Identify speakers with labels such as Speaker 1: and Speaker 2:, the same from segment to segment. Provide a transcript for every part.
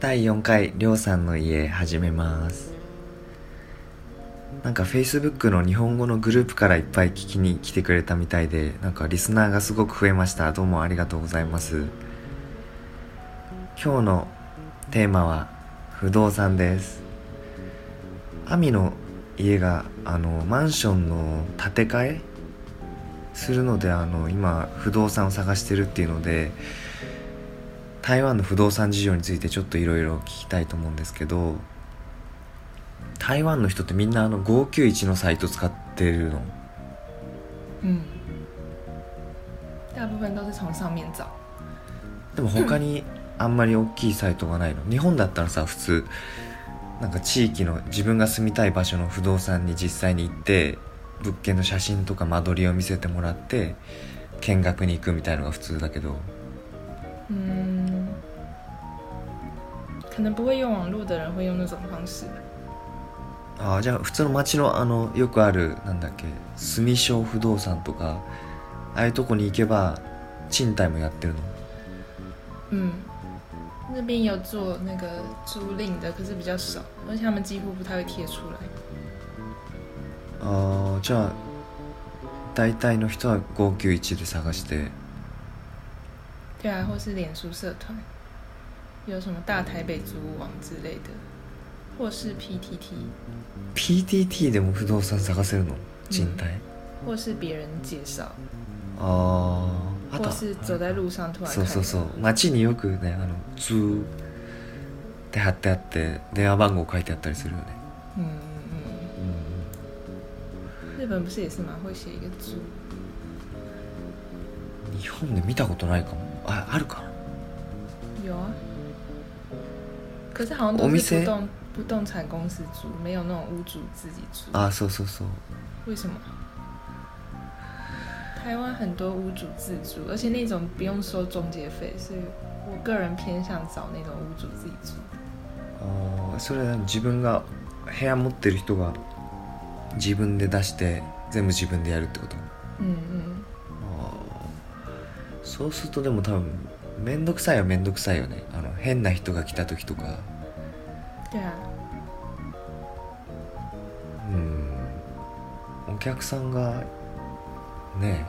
Speaker 1: 第4回りょうさんの家始めますなんか Facebook の日本語のグループからいっぱい聞きに来てくれたみたいでなんかリスナーがすごく増えましたどうもありがとうございます今日のテーマは不動産です亜美の家があのマンションの建て替えするのであの今不動産を探してるっていうので台湾の不動産事情についてちょっといろいろ聞きたいと思うんですけど台湾の人ってみんなあの591のサイト使ってるの
Speaker 2: 嗯，大部分都是从上面找。
Speaker 1: でも他にあんまり大きいサイトがないの日本だったらさ普通なんか地域の自分が住みたい場所の不動産に実際に行って物件の写真とか間取りを見せてもらって見学に行くみたいのが普通だけど
Speaker 2: 嗯，可能不会用网络的人会用那种方式。
Speaker 1: あーじゃあ普通の街のあのよくあるなんだっけ住所不動産とかああいうとこに行けば賃貸もやってるの
Speaker 2: 嗯，那边有做那个租赁的，可是比较少，而且他们几乎不太会贴出来。
Speaker 1: あーじゃあ大体の人は591で探して
Speaker 2: 对啊，或是脸书社团，有什么大台北租屋网之类的，或是 PTT，
Speaker 1: PTT でも不動産探せるの賃貸、
Speaker 2: 或是别人介绍，
Speaker 1: あああ
Speaker 2: 或是走在路上突然
Speaker 1: そう
Speaker 2: 看
Speaker 1: そう
Speaker 2: 到。
Speaker 1: そう街によくねあの「ズー」って貼ってあって電話番号書いてあったりするよね、
Speaker 2: 嗯嗯嗯，日本不是也是蛮会写一个租，
Speaker 1: うん、日本で見たことないかもああるかな
Speaker 2: 有啊，可是好像都
Speaker 1: 我们
Speaker 2: 是
Speaker 1: 谁
Speaker 2: 不动不动产公司租，没有那种屋主自己租。
Speaker 1: あーそうそうそう
Speaker 2: 为什么？台湾很多屋主自住，而且那种不用收中介费，所以我个人偏向找那种屋主自己住。
Speaker 1: あーそれは自分が部屋持ってる人が自分で出して全部自分でやるってこと
Speaker 2: 嗯嗯，
Speaker 1: あーそうするとでも多分面倒くさいは面倒くさいよねあの変な人が来た時とか
Speaker 2: 对啊，
Speaker 1: うんお客さんがね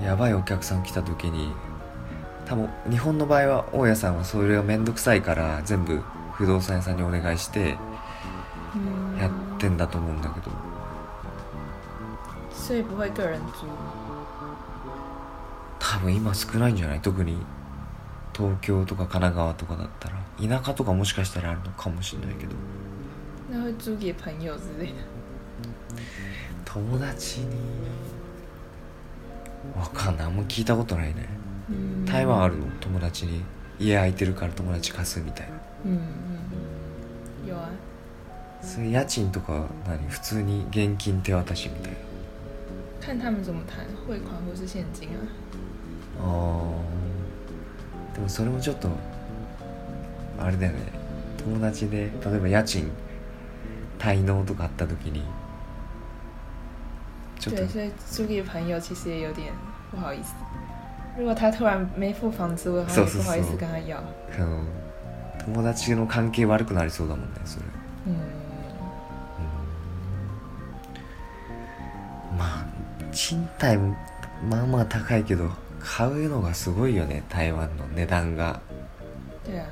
Speaker 1: えやばいお客さん来た時に多分日本の場合は大家さんはそれが面倒くさいから全部不動産屋さんにお願いして
Speaker 2: 嗯，
Speaker 1: やってんだと思うんだけど。
Speaker 2: 所以不会个人租。
Speaker 1: 多分今少ないんじゃない特に東京とか神奈川とかだったら田舎とかもしかしたらあるのかもしれないけど
Speaker 2: 那会租给朋友之类的。
Speaker 1: 友達にわかんないあんま聞いたことないね
Speaker 2: 嗯，
Speaker 1: 台湾あるの友達に家空いてるから友達貸すみたいな
Speaker 2: 嗯嗯嗯，有啊，
Speaker 1: それ家賃とか何普通に現金手渡しみたいな
Speaker 2: 看他们怎么谈，汇款或是现金啊。
Speaker 1: あーでもそれもちょっとあれだよね友達で例えば家賃滞納とかあった時にちょっと
Speaker 2: 对，所以租给朋友其实也有点不好意思。如果他突然没付房租，我好像也不好意思跟他要。
Speaker 1: あの友達の関係悪くなりそうだもんねそれ
Speaker 2: 嗯，
Speaker 1: まあ賃貸もまあまあ高いけど買うのがすごいよね台湾の値段が
Speaker 2: 对啊，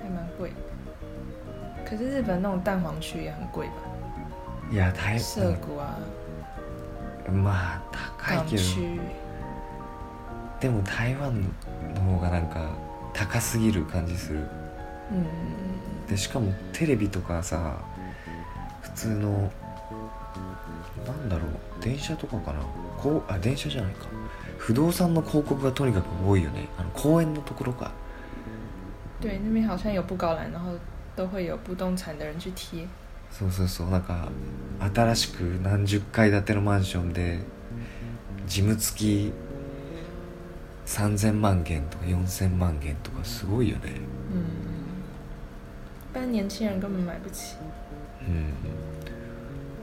Speaker 2: 还蛮贵。可是日本那种蛋黄区也很贵吧？
Speaker 1: いや台
Speaker 2: 涩谷啊，
Speaker 1: うんまあ高い
Speaker 2: 港
Speaker 1: けど
Speaker 2: 区。
Speaker 1: でも台湾の方がなんか高すぎる感じする
Speaker 2: 嗯，
Speaker 1: でしかもテレビとかさ普通のなんだろう電車とかかなこうあ電車じゃないか不動産の広告がとにかく多いよねあの公園のところか
Speaker 2: 对，那边好像有布告栏，然后都会有不动产的人去贴。
Speaker 1: そうそうそうなんか新しく何十階建てのマンションで事務付き3000万元とか4000万元とかすごいよね
Speaker 2: 嗯，一般年轻人根本买不起。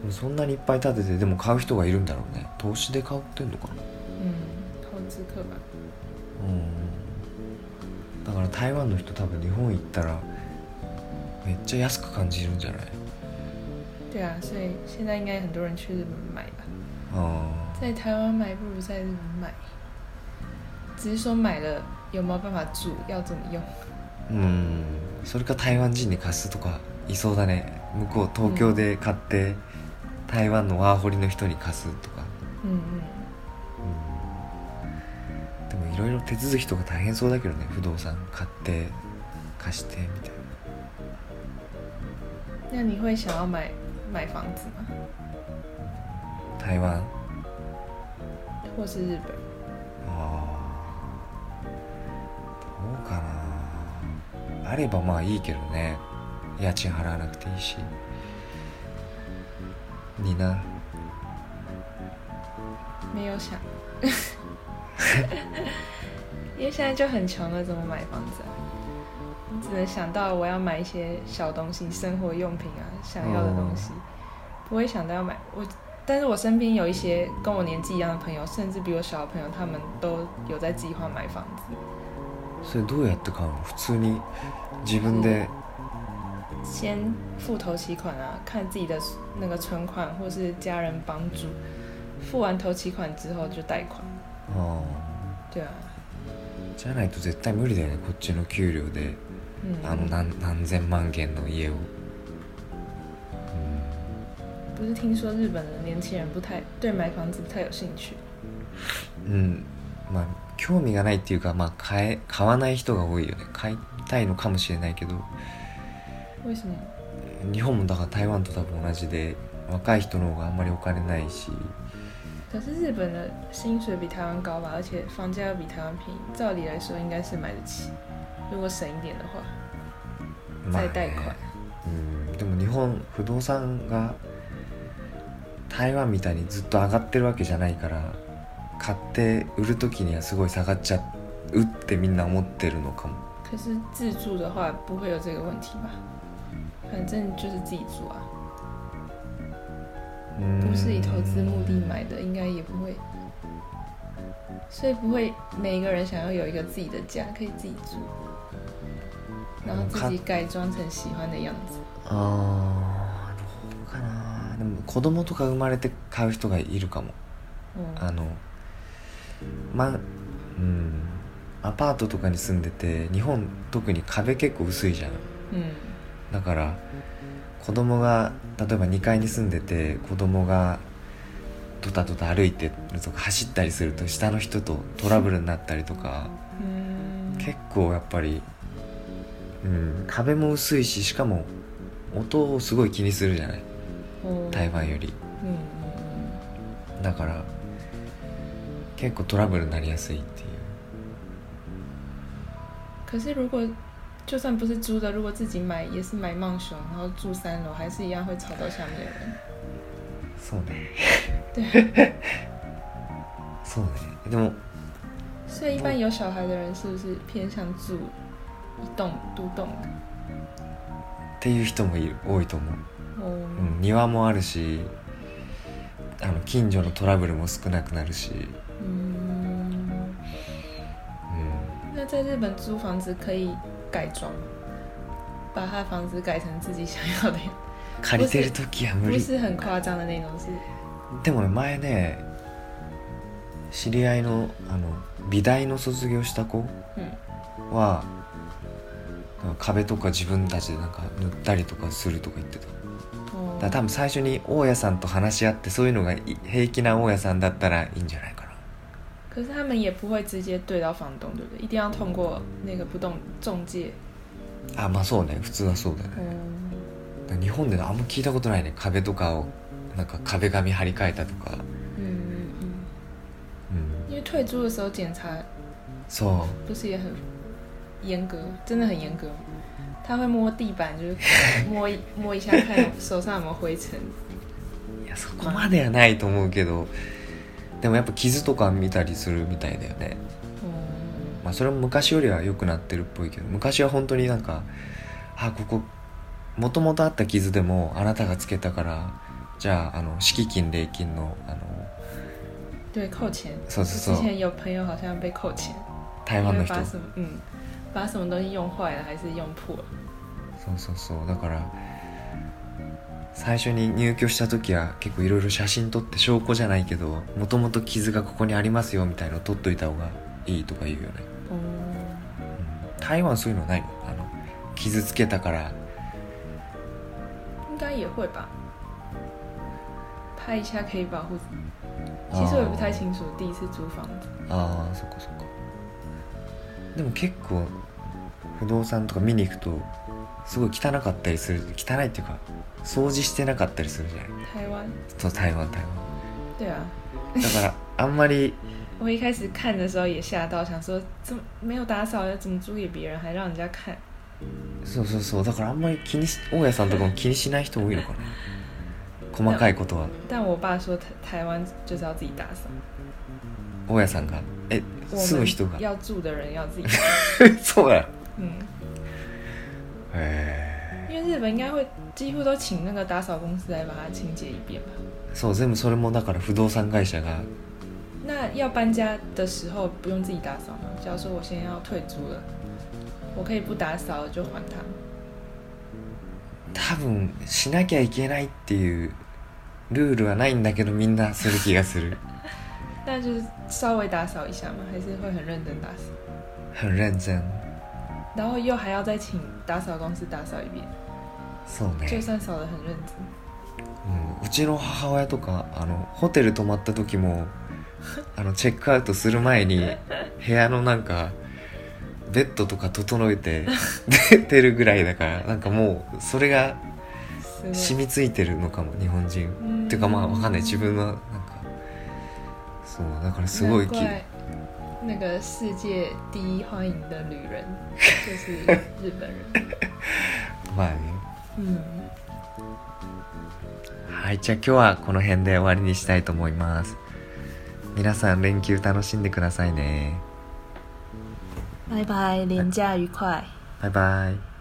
Speaker 1: うんそんなにいっぱい建ててでも買う人がいるんだろうね投資で買ってんのかな
Speaker 2: 嗯，投资客吧。
Speaker 1: うんから台湾の人多分日本行ったらめっちゃ安く感じるんじゃない
Speaker 2: 对啊，所以现在应该很多人去日本买吧，
Speaker 1: あ
Speaker 2: 在台湾买不如在日本买，只是说买了有没有办法住，要怎么用？
Speaker 1: ーうんそれか台湾人に貸すとかいそうだね向こう東京で買って、台湾のワーホリの人に貸すとか、
Speaker 2: 嗯嗯，
Speaker 1: うん、でもいろいろ手続きとか大変そうだけどね不動産買って貸してみたいな
Speaker 2: 那你会想要买买房子吗？
Speaker 1: 台湾
Speaker 2: 或是日本？
Speaker 1: あーどうかなあればまあいいけどね家賃払わなくていいしにな
Speaker 2: 没有想， 因为现在就很穷了，怎么买房子啊？你只能想到我要买一些小东西，生活用品啊，想要的东西，不会想到要买我。但是我身边有一些跟我年纪一样的朋友，甚至比我小的朋友，他们都有在计划买房子。
Speaker 1: それどうやって買うの普通に自分で
Speaker 2: 先付头期款啊，看自己的那个存款或是家人帮助，付完头期款之后就贷款。
Speaker 1: あ
Speaker 2: 对啊，
Speaker 1: ーじゃないと絶対無理だよねこっちの給料で
Speaker 2: 嗯，
Speaker 1: あの何何千万元の家をうん
Speaker 2: 不是听说日本的年轻人不太对买房子不太有兴趣？
Speaker 1: うんまあ興味がないっていうか、まあ、買え買わない人が多いよね買いたいのかもしれないけど
Speaker 2: 为什么？
Speaker 1: 日本もだから台湾と多分同じで若い人の方があんまりお金ないし
Speaker 2: 可是日本的薪水比台湾高吧，而且房价又比台湾便宜，照理来说应该是买得起。如果省一点的话，
Speaker 1: まあ
Speaker 2: 再
Speaker 1: ね
Speaker 2: 贷款。
Speaker 1: うんでも日本不動産が台湾みたいにずっと上がってるわけじゃないから買って売る時にはすごい下がっちゃうってみんな思ってるのかも
Speaker 2: 可是自住的话不会有这个问题吧？反正就是自己住啊，
Speaker 1: うん
Speaker 2: 不是以投资目的买的，应该也不会。所以不会每一个人想要有一个自己的家，可以自己住，然后自己改装成喜欢的样子。
Speaker 1: あーどうかなでも子供とか生まれて買う人がいるかも
Speaker 2: 嗯
Speaker 1: あのまあうんアパートとかに住んでて日本特に壁結構薄いじゃん
Speaker 2: 嗯
Speaker 1: だから子供が例えば2階に住んでて子供がドタドタ歩いてるとか走ったりすると下の人とトラブルになったりとか
Speaker 2: 嗯，
Speaker 1: 結構やっぱり、うん、壁も薄いししかも音をすごい気にするじゃない
Speaker 2: 哦
Speaker 1: 台湾より
Speaker 2: 嗯嗯嗯。
Speaker 1: だから結構トラブルになりやすいっていう
Speaker 2: 可是如果就算不是租的，如果自己买也是买梦熊，然后住三楼，还是一样会吵到下面的人。
Speaker 1: そうね
Speaker 2: 对，
Speaker 1: そうねでも
Speaker 2: 所以一般有小孩的人是不是偏向住一栋独栋的？
Speaker 1: っていう人もいる多いと思う、
Speaker 2: 哦，
Speaker 1: うん、庭もあるしあの近所のトラブルも少なくなるし、
Speaker 2: 嗯，
Speaker 1: う
Speaker 2: 那在日本租房子可以改装吗，把他的房子改成自己想要的样子，
Speaker 1: ん、借りてる時は無
Speaker 2: 不
Speaker 1: 理
Speaker 2: 是很夸张的那种，是
Speaker 1: でもね前ね知り合いのあの美大の卒業した子
Speaker 2: 嗯
Speaker 1: はなんか壁とか自分たちでなんか塗ったりとかするとか言ってただから
Speaker 2: 哦，
Speaker 1: 多分最初に大家さんと話し合ってそういうのがい平気な大家さんだったらいいんじゃないかな
Speaker 2: 可是他们也不会直接对到房东，对不对？一定要通过那个不动中介。
Speaker 1: あまあそうね普通はそうだよね
Speaker 2: 哦。
Speaker 1: だから日本であんま聞いたことないね壁とかをなんか壁紙張り替えたとか
Speaker 2: 嗯嗯嗯，
Speaker 1: うん
Speaker 2: 因为退租的时候检查
Speaker 1: そ
Speaker 2: 不是也很严格，真的很严格。他会摸地板，就是 摸一摸一下，看有手上有没有灰尘。
Speaker 1: ういやそこまではないと思うけどでもやっぱ傷とか見たりするみたいだよね
Speaker 2: 嗯，
Speaker 1: まあそれも昔よりは良くなってるっぽいけど昔は本当になんかあここもともとあった傷でもあなたがつけたからじゃああの敷金礼金のあの
Speaker 2: 对，扣钱。
Speaker 1: そうそうそう
Speaker 2: 之前有朋友好像被扣钱，
Speaker 1: 台湾の
Speaker 2: 因
Speaker 1: 人
Speaker 2: 为把什么嗯，把什么东西用坏了还是用破了，
Speaker 1: そうそうそうだから最初に入居した時は結構いろいろ写真撮って証拠じゃないけどもともと傷がここにありますよみたいの撮っといた方がいいとか言うよね、う
Speaker 2: 哦，
Speaker 1: ん台湾そういうのないのあの傷つけたから
Speaker 2: 应该也会吧。拍一下可以保护自己，
Speaker 1: あー
Speaker 2: 其实我也不太清楚，第一次租房子，
Speaker 1: ああそっかそっかでも結構不動産とか見に行くとすごい汚かったりする汚いっていうか掃除してなかったりするじゃない
Speaker 2: 台湾，
Speaker 1: そう台湾台湾
Speaker 2: 对啊，
Speaker 1: だからあんまり
Speaker 2: 我一开始看的时候也吓到，想说怎么没有打扫，怎么租给别人，还让人家看。
Speaker 1: そうそうそうだからあんまり気にし大家さんとかも気にしない人多いのかな細かいことは
Speaker 2: 但我爸说台台湾就是要自己打扫，
Speaker 1: 大家さんがえ
Speaker 2: 我
Speaker 1: 住む人が
Speaker 2: 们要住的人要自己。
Speaker 1: そうや
Speaker 2: 嗯，
Speaker 1: へ
Speaker 2: 因为日本应该会几乎都请那个打扫公司来把它清洁一遍吧。
Speaker 1: えそう全部それもだから不動産会社が
Speaker 2: 那要搬家的时候不用自己打扫吗？假如说我现在要退租了，我可以不打扫了就还他。
Speaker 1: 多分しなきゃいけないっていうルールはないんだけどみんなする気がする
Speaker 2: 那就是稍微打扫一下嘛，还是会很认真打扫，
Speaker 1: 很认真
Speaker 2: 然后又还要再请打扫公司打扫一遍，
Speaker 1: そう
Speaker 2: 就
Speaker 1: ね、
Speaker 2: 算扫得很认真。
Speaker 1: うん、うちの母親とかあのホテル泊まった時もあのチェックアウトする前に部屋のなんかベッドとか整えて 出てるぐらいだからなんかもうそれが
Speaker 2: すごい
Speaker 1: 染みついてるのかも日本人
Speaker 2: うん
Speaker 1: っていうかまあわかんない自分のなんかそうだからすごいき
Speaker 2: 难怪那个世界第一欢迎的旅人就是日本人。
Speaker 1: まあね
Speaker 2: 嗯，
Speaker 1: はい、じゃあ今日はこの辺で終わりにしたいと思います。皆さん連休楽しんでくださいね。
Speaker 2: 拜拜，廉价愉快。
Speaker 1: バイバイ。